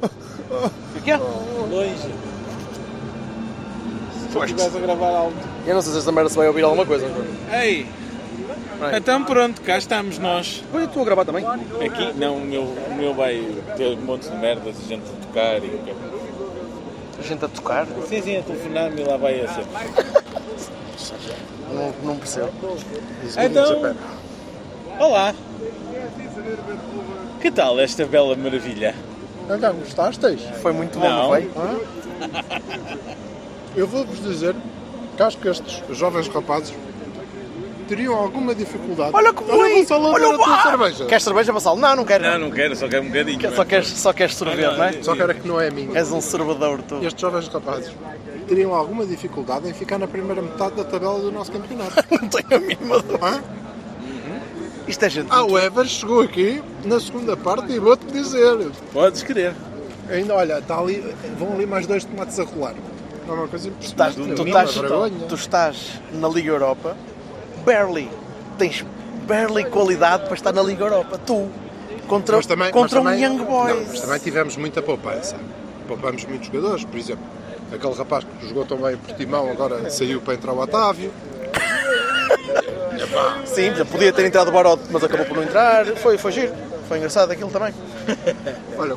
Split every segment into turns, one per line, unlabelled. O quê?
Longe. Se tu
Pois.
estivesse a gravar alto.
Eu não sei se esta merda se vai ouvir alguma coisa.
Ei!
Vai.
Então pronto, cá estamos nós.
Pois eu estou a gravar também.
Aqui, não, o meu, o meu vai ter um monte de merdas, gente a tocar e... é
A gente a tocar?
Sim, sim, a telefonar-me e lá vai essa.
Não, não percebo.
Então, olá. Que tal esta bela maravilha?
Olha, gostasteis?
Foi muito bom,
Não.
não foi?
Hã? Eu vou-vos dizer que acho que estes jovens rapazes teriam alguma dificuldade.
Olha como
Olha,
é!
Gonçalo,
Olha
adoro
o
a tua
bar!
cerveja.
Queres cerveja, Vassal? Não, não quero.
Não, não quero, só quero um bocadinho.
Só queres, só queres sorver, não é?
Só que era que não é a minha.
És um sorvedor, tu.
Estes jovens rapazes teriam alguma dificuldade em ficar na primeira metade da tabela do nosso campeonato.
Não tenho a mínima dúvida.
Hã?
Isto é gente.
Ah, o Evers chegou aqui na segunda parte e vou-te dizer.
Podes querer.
Ainda, olha, está ali, vão ali mais dois tomates a rolar. É uma coisa
Estás-
impressionante. É
tu,
Uma
estás,
vergonha.
tu estás na Liga Europa, barely, tens barely qualidade para estar na Liga Europa. Tu, contra,
Mas também,
contra
mas também-
um Young
não, mas
Boys.
também tivemos muita poupança. Poupamos muitos jogadores, por exemplo, aquele rapaz que jogou tão bem por Timão agora saiu para entrar o Otávio.
Sim, já podia ter entrado o Barote, mas acabou por não entrar. Foi, foi giro. Foi engraçado aquilo também.
Olha,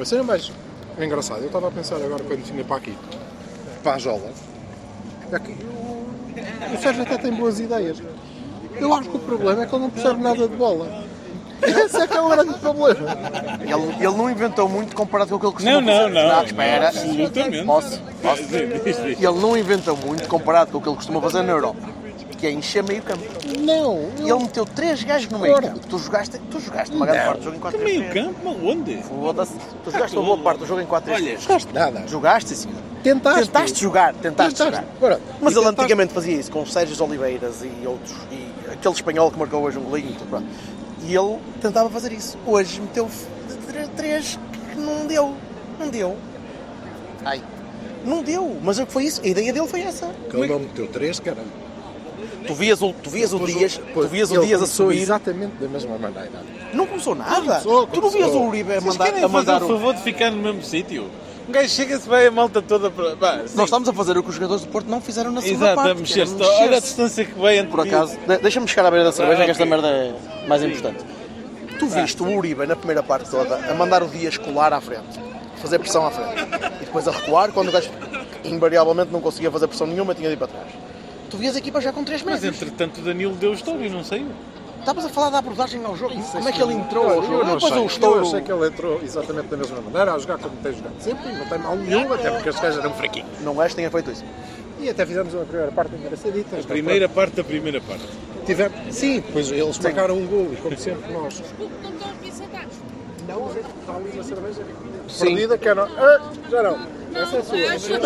a cena mais engraçada, eu estava a pensar agora quando tinha para aqui, para a Jola, é que o- o Sérgio até tem boas ideias. Eu acho que o problema é que ele não percebe nada de bola. Esse é que é o grande problema.
Ele, ele não inventou muito comparado com aquilo que
Não,
costuma fazer.
não, não.
espera.
Absolutamente.
Posso?
Sim, diz, diz.
Ele não inventou muito comparado com aquilo que costuma fazer na Europa, que é encher meio campo.
Não,
E ele meteu três gajos no meio campo. Tu jogaste, tu jogaste uma grande parte do jogo em
Que
4
meio é campo, mas onde?
Foda-se. Tu jogaste uma boa parte do jogo em 4
Olha,
gostaste nada.
Jogaste, sim.
Tentaste.
Tentaste jogar, tentaste,
Tentaste.
jogar.
Ora,
Mas
e
ele
tentaste-
antigamente fazia isso com o Sérgio Oliveiras e outros, e aquele espanhol que marcou hoje um golinho e tudo pronto. E ele tentava fazer isso. Hoje meteu f- tre- três que não deu. Não deu. Ai. Não deu. Mas o que foi isso? A ideia dele foi essa.
Que ele não meteu três, caralho.
Tu vias o, tu vias o
Pois,
Dias, tu
pois,
vias o
ele
Dias a
começou
subir.
Exatamente da mesma maneira.
Não começou nada.
começou,
Tu não vias o
começou.
Uribe a
Vocês
mandar,
querem
a mandar um-
fazer o
o...
favor de ficar no mesmo sítio? Um gajo chega-se, vai a malta toda para... Bah, sim.
Nós estamos a fazer o que os jogadores do Porto não fizeram na segunda
Exato, a
parte. que era
mexer-se. Olha a
mexer-se.
distância que vai entre...
Por acaso, de- deixa-me chegar à beira da cerveja,
Ah,
que esta
ok.
merda é mais importante. Tu viste o Uribe na primeira parte toda a mandar o Dias colar à frente, fazer pressão à frente, e depois a recuar, quando o gajo invariavelmente não conseguia fazer pressão nenhuma, tinha de ir para trás. Tu vias aqui para já com 3
Mas
metros.
entretanto o Danilo deu o estouro, não sei.
Estavas a falar da abordagem ao jogo, como é que ele entrou ao
Eu,
jogo?
não
Depois
sei.
o estouro.
eu achei que ele entrou exatamente da mesma maneira, a jogar como tem jogado sempre, e não tem mal nenhum, até porque as gajas eram fraquinhos.
Não és que tenha feito isso.
um E até fizemos uma primeira parte engraçadita.
A primeira parte da primeira parte.
Tivemos... Sim, pois eles marcaram um gol, como sempre nós.
Desculpe, não estou aqui sentados.
Não, está ali uma cerveja
Sim.
perdida que é não. Ah, já não. Essa é sua.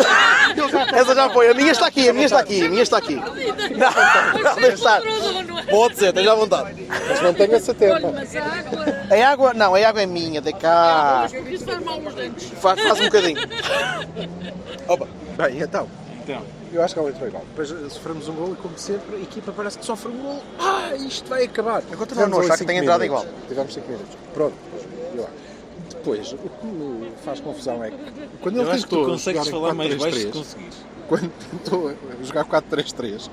Essa já foi, a minha está aqui, a minha está aqui, a minha está aqui. Não, não,
é.
deixa estar. Pode ser, esteja à vontade.
Mas mantenha-se
Olha,
atenta.
mas a água.
A água, não, a água é minha, de cá.
Mas isso faz mal aos dentes.
Faz, faz um bocadinho. Opa.
Bem, então,
Então,
eu acho que ela entrou igual. Depois eh, sofremos um gol e, como sempre, a equipa parece que sofre um gol. Ah, isto vai acabar.
Eu continuo a não achar que tenha entrado igual.
Tivemos 5 minutos. Pronto, e lá. Depois, o que me faz confusão é que quando ele
eu acho que tu
tentou
consegues
jogar em
falar mais baixo se
4-3-3,
conseguires.
quando tentou eh, jogar 4-3-3,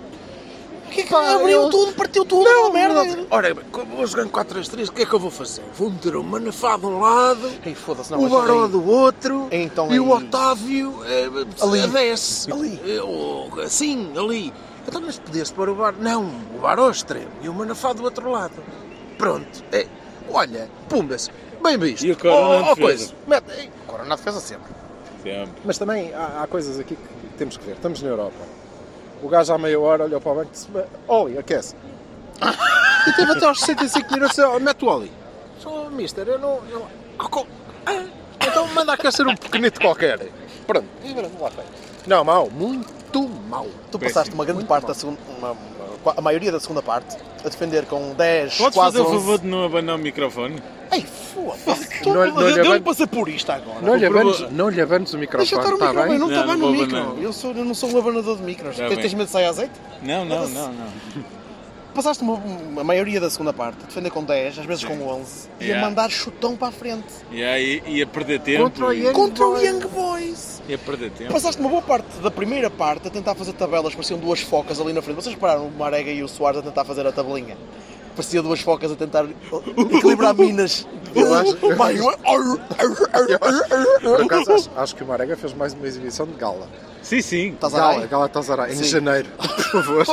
que que
Pá,
abriu
eu-
tudo, partiu tudo,
Não,
não, merda.
merda! Ora, bem, como vou jogando 4-3-3, o que é que eu vou fazer? Vou meter o Manafá de um lado,
Ei, foda-se,
o Baró do outro
Então
e o
aí.
Otávio eh,
Ali.
desce.
Ali.
Eh, ou, Sim, ali. Então, mas podias pôr o Baró. Não, o Baró ao extremo e o Manafá do outro lado. Pronto. Eh, olha, pumbas. Bem visto.
E o Corona
Ó, ó,
defesa.
coisa. Mete- eh,
Agora na defesa sempre.
Sempre.
mas também há, há coisas aqui que temos que ver. Estamos na Europa. O gajo à meia hora olhou para o banco e disse: Oli, aquece. e teve até aos 65 minutos, "Oh, mete o Oli. Só, mister, eu não. Eu... não- Ah, então Então manda aquecer um pequenito qualquer. Pronto, e pronto, lá vai. Não, mal, muito mal.
Tu passaste uma grande parte da segunda. Uma, uma- a maioria da segunda parte a defender com 10,
Podes
quase
fazer o
11.
favor de não abanar o microfone?
Ei, foda-se.
Não- não lhe
Deu-me
avan-
passar por isto agora.
Não lhe,
O problema-
abanes, não lhe abanes o microfone,
Deixa eu estar o
está
micro,
bem?
eu não
Tá Não,
estava
não
no
vou
micro.
abanar.
Eu, sou, eu não sou um abanador de micros.
Já
Tens-
bem.
Tens medo de sair azeite?
Não, não,
Foda-se.
não, não.
Passaste uma, uma maioria da segunda parte a defender com 10, às vezes com 11, e a
Yeah.
mandar chutão para a frente.
E aí ia perder tempo.
Contra o
e-
Young-
Contra o
Boys.
Young Boys.
Ia perder tempo.
Passaste uma boa parte da primeira parte a tentar fazer tabelas, pareciam duas focas ali na frente. Vocês pararam o Marega e o Soares a tentar fazer a tabelinha? Parecia duas focas a tentar equilibrar minas.
Eu acho-
Vai, eu-
Por acaso, acho, acho que o Marega fez mais uma exibição de gala.
Sim, sim.
Estás a
Gala,
dar?
gala Tazaray, em
Sim.
janeiro, por favor.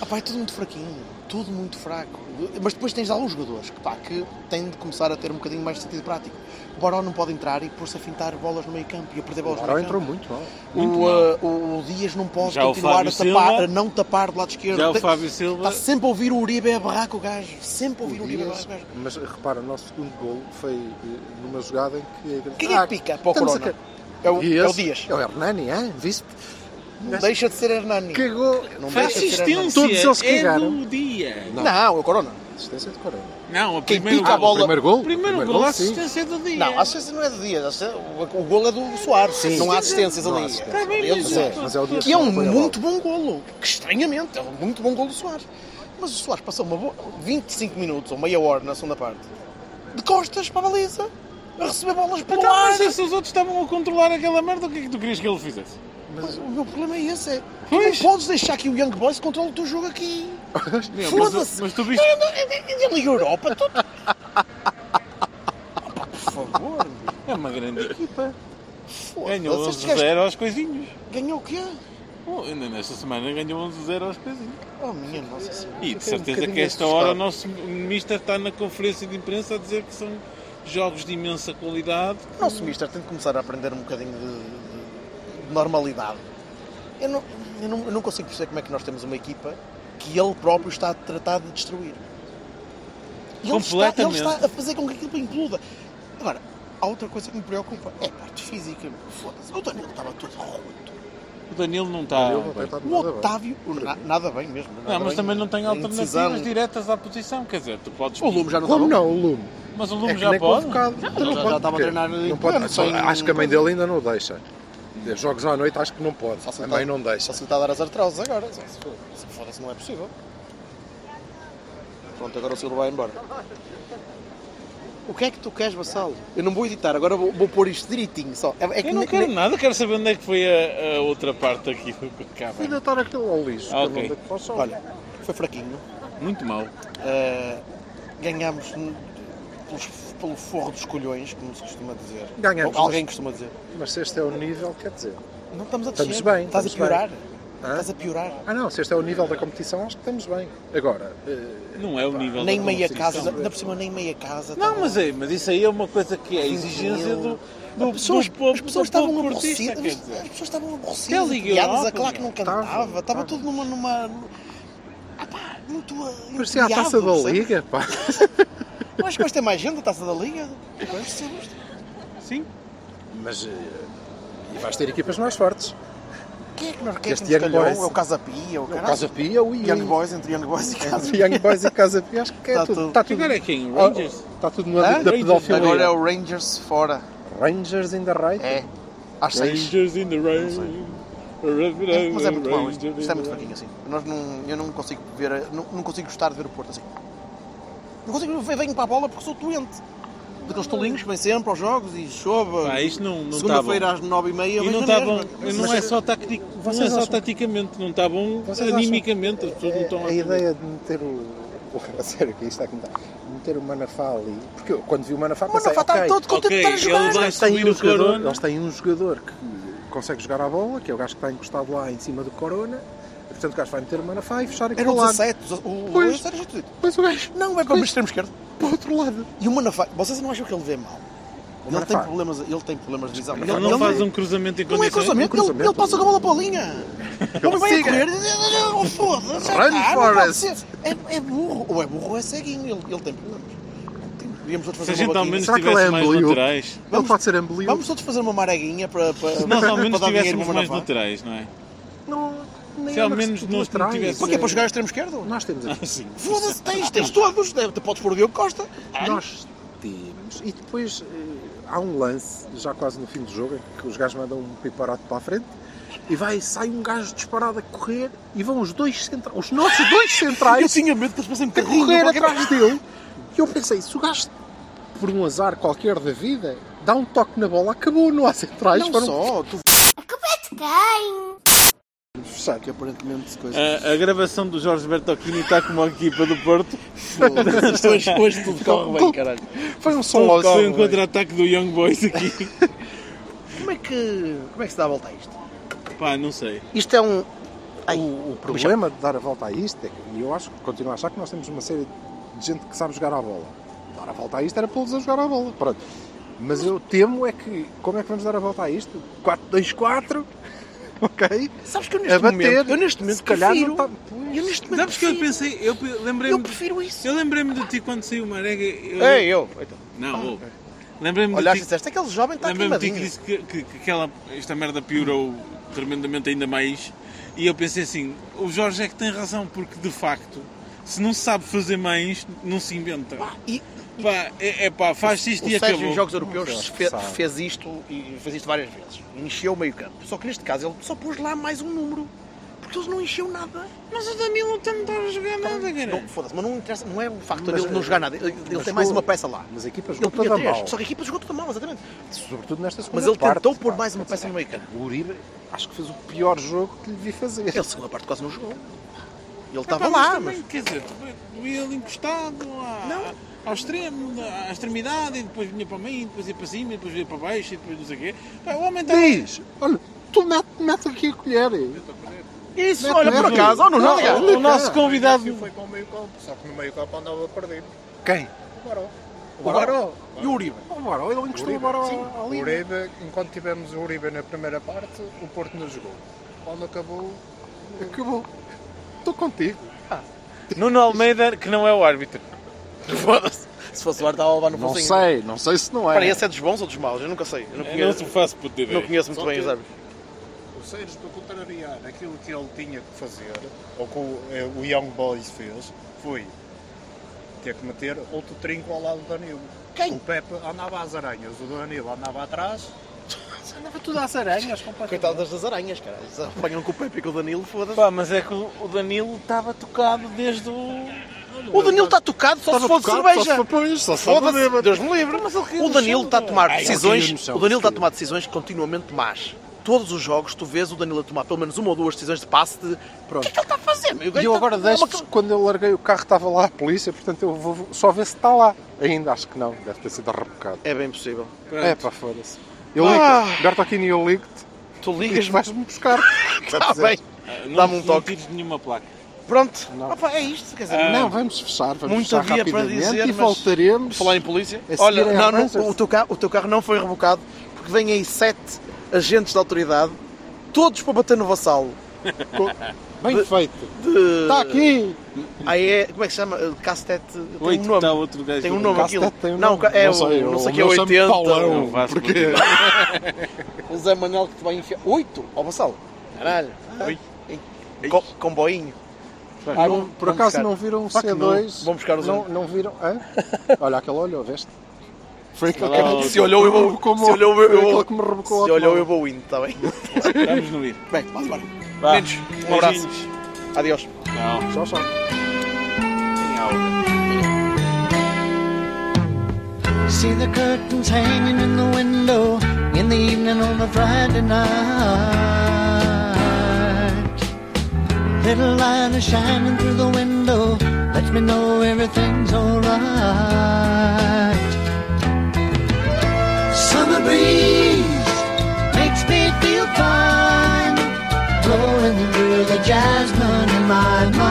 Ah, pá, é tudo muito fraquinho, tudo muito fraco. Mas depois tens alguns jogadores que, pá, que têm de começar a ter um bocadinho mais de sentido prático. O Baró não pode entrar e pôr-se a fintar bolas no meio campo e a perder bolas
O
no
Barão
meio
entrou
campo.
muito mal.
muito
o,
mal.
ah, o- o Dias não pode
Já o
continuar a,
Fábio
tapar,
Silva-
a não tapar do lado esquerdo.
Já o
Tem-
Fábio Silva-
Está sempre a ouvir o Uribe a barrar com o gajo. Sempre a ouvir o, Uribe a barrar
Dias,
com o gajo.
mas repara, o nosso segundo golo foi eh, numa jogada em que. Ah,
Quem é que pica para o
estamos
Corona?
a ca-
É o, é o
Dias.
Dias.
É o Hernani, ah, viste?
Não deixa de ser Hernani.
Cagou.
Não
Faz
deixa de ser Hernani.
assistência.
Todos eles
é
cagaram.
do dia.
Não, é o Corona.
Assistência de Corona. Ah,
Não, a
Quem
primeiro
pica a
gol.
bola-
Primeiro gol?
Primeiro gol, a
sim.
assistência do dia.
Não, a assistência não é do Dias. a assistência- O, o golo é do Soares. Não há assistências
Não há
ali.
assistência.
Está bem,
Eu
mas,
Mas é, mas é o Dias
Que é um
não apoia a
muito bom golo. Que estranhamente, é um muito bom golo do Soares. Mas o Soares passou uma boa 25 minutos ou meia hora na segunda parte de costas para a baliza, a receber bolas para
Então,
o ar.
mas se os outros estavam a controlar aquela merda, o que é que tu querias que ele fizesse?
Mas o meu problema é esse, é tu
Pois.
não podes deixar que o Young Boys controle o teu jogo aqui.
Meu, mas-
Foda-se!
Mas tu viste.
É Liga Europa, tu... Opa, Por favor, meu.
É uma grande equipa. Ganhou
foda-se, estes gajos
11-0 aos coisinhos.
ganhou o quê?
Oh, ainda nesta semana ganhou 11-0 aos coisinhos.
Oh, minha nossa senhora.
E de
Fiquei um
certeza que
bocadinho
a esta hora o
assustado.
nosso ministro está na conferência de imprensa a dizer que são jogos de imensa qualidade.
O nosso mister tem de começar a aprender um bocadinho de, de- de normalidade. Eu não, eu, não, eu não consigo perceber como é que nós temos uma equipa que ele próprio está a tratar de destruir. E Ele está, ele
Completamente.
está a fazer com que aquilo imploda. Agora, há outra coisa que me preocupa. É a parte física. meu. Foda-se. O Danilo estava todo roto.
O Danilo não está.
Eu vou
bem.
tentar
O
nada bem.
Otávio, o na- nada bem mesmo. nada
Não, mas
bem.
também não tem
A
alternativas
indecisão.
diretas à posição. Quer dizer, tu podes.
O Lume já não
Como
estava
não, o Lume?
Mas o
É
Lume
que
já
nem
pode.
convocado. Então
já- já
pode,
estava a
quê?
treinar em
Não pode,
plano,
só-
sem-
Acho que a mãe dele ainda não deixa. Jogos à noite acho que não pode.
Só se
A
lhe
mãe
tá-
não deixa.
Só se lhe está a dar as artroses agora. Só se for- se Foda-se, não é possível. Pronto, agora o Silva vai embora. O que é que tu queres, Vassalo? Eu não vou editar, agora vou, vou pôr isto direitinho só. É, é que
Eu não
ne-
quero
ne-
nada, quero saber onde é que foi a, a outra parte aqui do que acaba.
Ainda estar aquele ao lixo.
Ah,
que eu
ok.
não dei- posso-
Olha, foi fraquinho.
Muito mal.
Ah, ganhámos n- pelos- pelo forro dos colhões, como se costuma dizer.
Ganhámos,
Ou Alguém costuma dizer.
Mas se este é o nível, quer dizer.
Não estamos a descer.
Estamos bem,
Estás
estamos
a piorar.
Hã?
Estás a piorar.
Ah não, se este é o nível da competição, acho que estamos bem. Agora, eh,
Não é o nível
Nem
da
meia
competição.
casa, ainda por cima nem meia casa.
Não,
tá
mas, é, mas isso aí é uma coisa que é a
15 mil.
exigência do. do
As pessoas,
do povo-
as pessoas
do povo
estavam
portista,
aborrecidas,
quer dizer.
as pessoas estavam
Até a
aborrecidas,
Liga
piadas,
Europa,
a claque não
estava,
cantava, estava
estava.
tudo numa... numa ah pá, muito ah,
parecia a
entediado,
taça da
percebes?
liga, pá.
Eu Acho que vais ter mais gente da taça da liga. Eu percebo isto.
Sim.
Mas. eh, E vais ter equipas mais fortes.
Quem é que nos, quem é que
Este
nos
Young
calhou?
Boys.
É o Casa Pia, o caralho?
Casa Pia, o
Young Boys, entre Young Boys e Casa
Young Boys e Casa Pia, acho que é Ah,
Tá
tudo.
tudo.
Está tudo.
Agora é quem? O Rangers?
Está tudo no âmbito da
Rangers.
pedofilia.
Agora é o Rangers fora.
Rangers in the right.
É, às seis.
Rangers in the rain.
É, Mas é muito mau isto. Isto é muito fraquinho assim. Nós não, eu não consigo ver, não, não consigo gostar de ver o Porto assim. Não consigo, eu venho para a bola porque sou doente. Daqueles tolinhos que vêm sempre aos jogos e chove.
Ah, isto não, não está bom.
Segunda-feira às nove e meia
E
vem
não
na
está bom,
mesma.
não é só, tactic, não é
vocês
só
acham-
taticamente, não está bom
Vocês acham-
animicamente, as pessoas não estão
A,
É,
a ideia de meter o. A sério, que é isto está a contar. Meter o Manafá ali. Porque eu, quando vi o Manafá,
Mas
pensei,
não está
ok,
tá todo contente
Ok,
de estar a jogar.
ele vai
eles têm
subir
um
o
jogador,
Corona.
eles têm um jogador que consegue jogar a bola, que é o gajo que está encostado lá em cima do Corona. E, portanto, o gajo vai meter o Manafá e fechar aquilo
Eram
lá.
17, o o-
Pois.
era 18.
Depois o gajo
Não, vai para o meu extremo esquerdo.
para o outro lado.
E o Manafá, vocês não acham que ele vê mal? Ele tem,
Manafá.
problemas, ele tem problemas de visão.
Ele não faz um cruzamento em
Não é
condições.
cruzamento, ele-
cruzamento.
Ele, passa com a bola para a linha. O homem vai a
Siga.
correr. Oh, foda-se. já
Run,
está, não pode
Forrest.
ser. É, é burro. Ou é burro ou é ceguinho. Ele, ele tem problemas. Tem- Devíamos todos
Se
fazer
a gente
uma
ao
vaquinha.
menos
Será que ele é
tivesse mais
ambulio?
laterais.
Ele pode ser ambulio.
Vamos todos fazer uma mareguinha para, para,
Se nós ao
para
menos
dar dinheiro
tivéssemos
uma
mais
manavá.
laterais, não é?
Não, nem
Se ao
é uma
menos
questão de
nós não
laterais.
tivéssemos-
Porquê? é Para jogar extremo esquerdo?
é Nós temos aqui.
Sim.
Foda-se, tens, tens todos. Deve- Podes pôr o Diogo Costa. Ah,
Nós temos. E depois eh, há um lance, já quase no fim do jogo, em que os gajos mandam um piparote para a frente e vai, sai um gajo disparado a correr e vão os dois centrais, os nossos dois
Eu
centrais
tinha medo que eles fossem
a
um carrinho.
correr
qualquer-
atrás dele. E eu pensei, se o gajo, por um azar qualquer da vida, dá um toque na bola, acabou, não há centrais,
Não
foram
só, tu
fechados.
que aparentemente se coisa.
A, a gravação do Jorge Bertocchini está como a equipa do Porto.
Foda-se, hoje, hoje tudo corre bem, caralho.
Foi um só
Foi
lance.
um contra-ataque do Young Boys aqui.
Como é que. Como é que se dá a volta a isto?
Pá, não sei.
Isto é um. Ai,
O, o problema de dar a volta a isto é que, e eu acho, continuo a achar que nós temos uma série de gente que sabe jogar à bola. Dar a volta a isto era pô-los a jogar à bola. Pronto. Mas eu temo é que, como é que vamos dar a volta a isto? 4-2-4, ok?
Sabes que eu
a
neste
É bater.
momento. Eu neste momento
se calhar
prefiro.
não está... Pois.
Eu neste momento.
Sabes que é eu
prefiro-
pensei, eu pe-
Eu
lembrei-me
prefiro isso.
eu lembrei-me de ti quando saiu o Marega. Eu...
Ei, eu. Então,
Não, ouve. lembrei-me de
olhaste e
ti,
disseste, aquele jovem está
lembrei-me de ti que
queimadinho.
disse que, que- que aquela, esta merda piorou tremendamente ainda mais. E eu pensei assim, o Jorge é que tem razão, porque de facto, se não se sabe fazer mais, não se inventa.
E
Pá, é, é pá, faz isto e
o Sérgio
acabou.
em Jogos Europeus
um Não,
fe-
sabe.
fez isto e fez isto várias vezes. Encheu o meio campo. Só que neste caso ele só pôs lá mais um número. Porque eles não encheu nada.
Mas o Danilo também não estava a jogar nada, cara.
Então, Não, foda-se, mas não interessa, não é o facto
É. Mas, eh,
dele não jogar nada. Ele, ele
mas
tem mais
jogou-
uma peça lá.
Mas a equipa
Ele
jogou
tinha
toda
três,
mal.
só que a equipa jogou toda mal, exatamente.
Sobretudo nesta segunda
Mas ele
parte,
tentou pôr
pá.
mais uma peça no meio campo.
O Uribe acho que fez o pior jogo que lhe vi fazer.
Ele, segunda parte, quase não jogou.
É
Ele
Pá,
estava lá,
também,
mas.
Quer dizer, ele encostado à-
Não.
ao extremo, à extremidade, e depois vinha para mim, e depois ia para cima, e depois ia para baixo, e depois não sei o quê. Pá, o homem tá- está...
Diz, olha, tu mete, mete aqui a colher.
Isso,
Mete,
olha,
mete.
por acaso, oh, não,
Não,
não, liga.
O nosso convidado...
foi para o meio campo, só que no meio campo andava perdido.
Quem?
O Baró.
O Baró.
E o Uribe?
O Baró, ele encostou o Baró ao
O
Uribe.
Uribe, enquanto tivemos o Uribe na primeira parte, o Porto não jogou. Quando acabou,
Acabou. Estou contigo.
Nuno Almeida, que não é o árbitro.
Foda-se. Se fosse o ar, estava a levar no
Não
focinho.
sei, não sei se não é.
Para esse é dos bons ou dos maus? Eu nunca sei. Eu não
É, não
conheço,
se faço puta
não
ideia.
conheço muito
Só
bem
que-
os árbitros.
o Seiros, para contrariar aquilo que ele tinha que fazer, ou que o, eh, o Young Boys fez, foi ter que meter outro trinco ao lado do Danilo.
Quem?
O Pepe andava às aranhas, o Danilo andava atrás.
Andava tudo às aranhas, completamente.
Coitadas das aranhas, cara. Eles apanham com o Pepe e com o Danilo, foda-se.
Pá, mas é que o o Danilo estava tocado desde o...
O Danilo está tocado só se for de cerveja.
Só se for
Foda-se,
de
Deus me livre. O Danilo está a tomar
Ai, ele caiu no
decisões,
chão,
o Danilo está a
caiu.
tomar decisões continuamente más. Todos os jogos tu vês o Danilo a tomar pelo menos uma ou duas decisões de passe de pronto. O que é que ele está a fazer? meu? O
E
gajo
eu
tá-
agora
é uma
deixo
ca-
quando eu larguei o carro estava lá a polícia, portanto eu vou só ver se está lá. Ainda acho que não, deve ter sido arrebocado.
É bem possível.
É pá, foda-se. Eu ligo,
Ah.
Bertolini, eu ligo-te
Tu
e
ligas,
vais-me buscar.
está bem. Dá-me um toque.
Não tires nenhuma placa.
Pronto.
Não.
Opa, é isto, quer dizer.
Não, vamos fechar, vamos
muito
fechar
havia para
rapidamente
dizer,
e
mas-
voltaremos.
Falar em polícia?
A seguir
Olha,
é
não, não,
Rangers.
o, teu carro, o teu carro não foi rebocado porque vêm aí sete agentes da autoridade, todos para bater no vassalo.
Bem feito.
De...
Está aqui!
Aí é, como é que se chama? Eh, Castete. Tem
Oito,
um nome.
está outro gajo.
Tem
do
um nome
Benfica.
aquilo.
Castete tem um
Não,
nome.
é
Não
o-
sei,
não sei
o
que é
meu chama
80.
Paulão.
Não faço
Porque-
puta ideia.
O Zé Manel que te vai enfiar. Oito ao vassalo. Caralho.
Oi.
Em- Com, com boinho.
Ah, não-
Vão-
por
vão
acaso
buscar.
não viram o
Claro que
C2?
não. Vão buscar os
não, não viram? Hã? Olha, aquele olhou, veste? Foi aquele
Olha lá,
que-
olha.
Se olhou eu vou.
Como-
Se olhou eu
foi
vou.
aquele que me rebocou
Se
ao
olhou
tomar.
eu vou indo, está bem?
Vamos no ir.
Bem, vá embora.
Vá.
Meninos, um abraço.
Beijinhos.
Adeus.
Não.
Tchau, tchau.
See the curtains hanging in the window in the evening on a Friday night. Little light is shining through the window, lets me know everything's alright. Summer breeze makes me feel fine, blowing through the jasmine in my mind.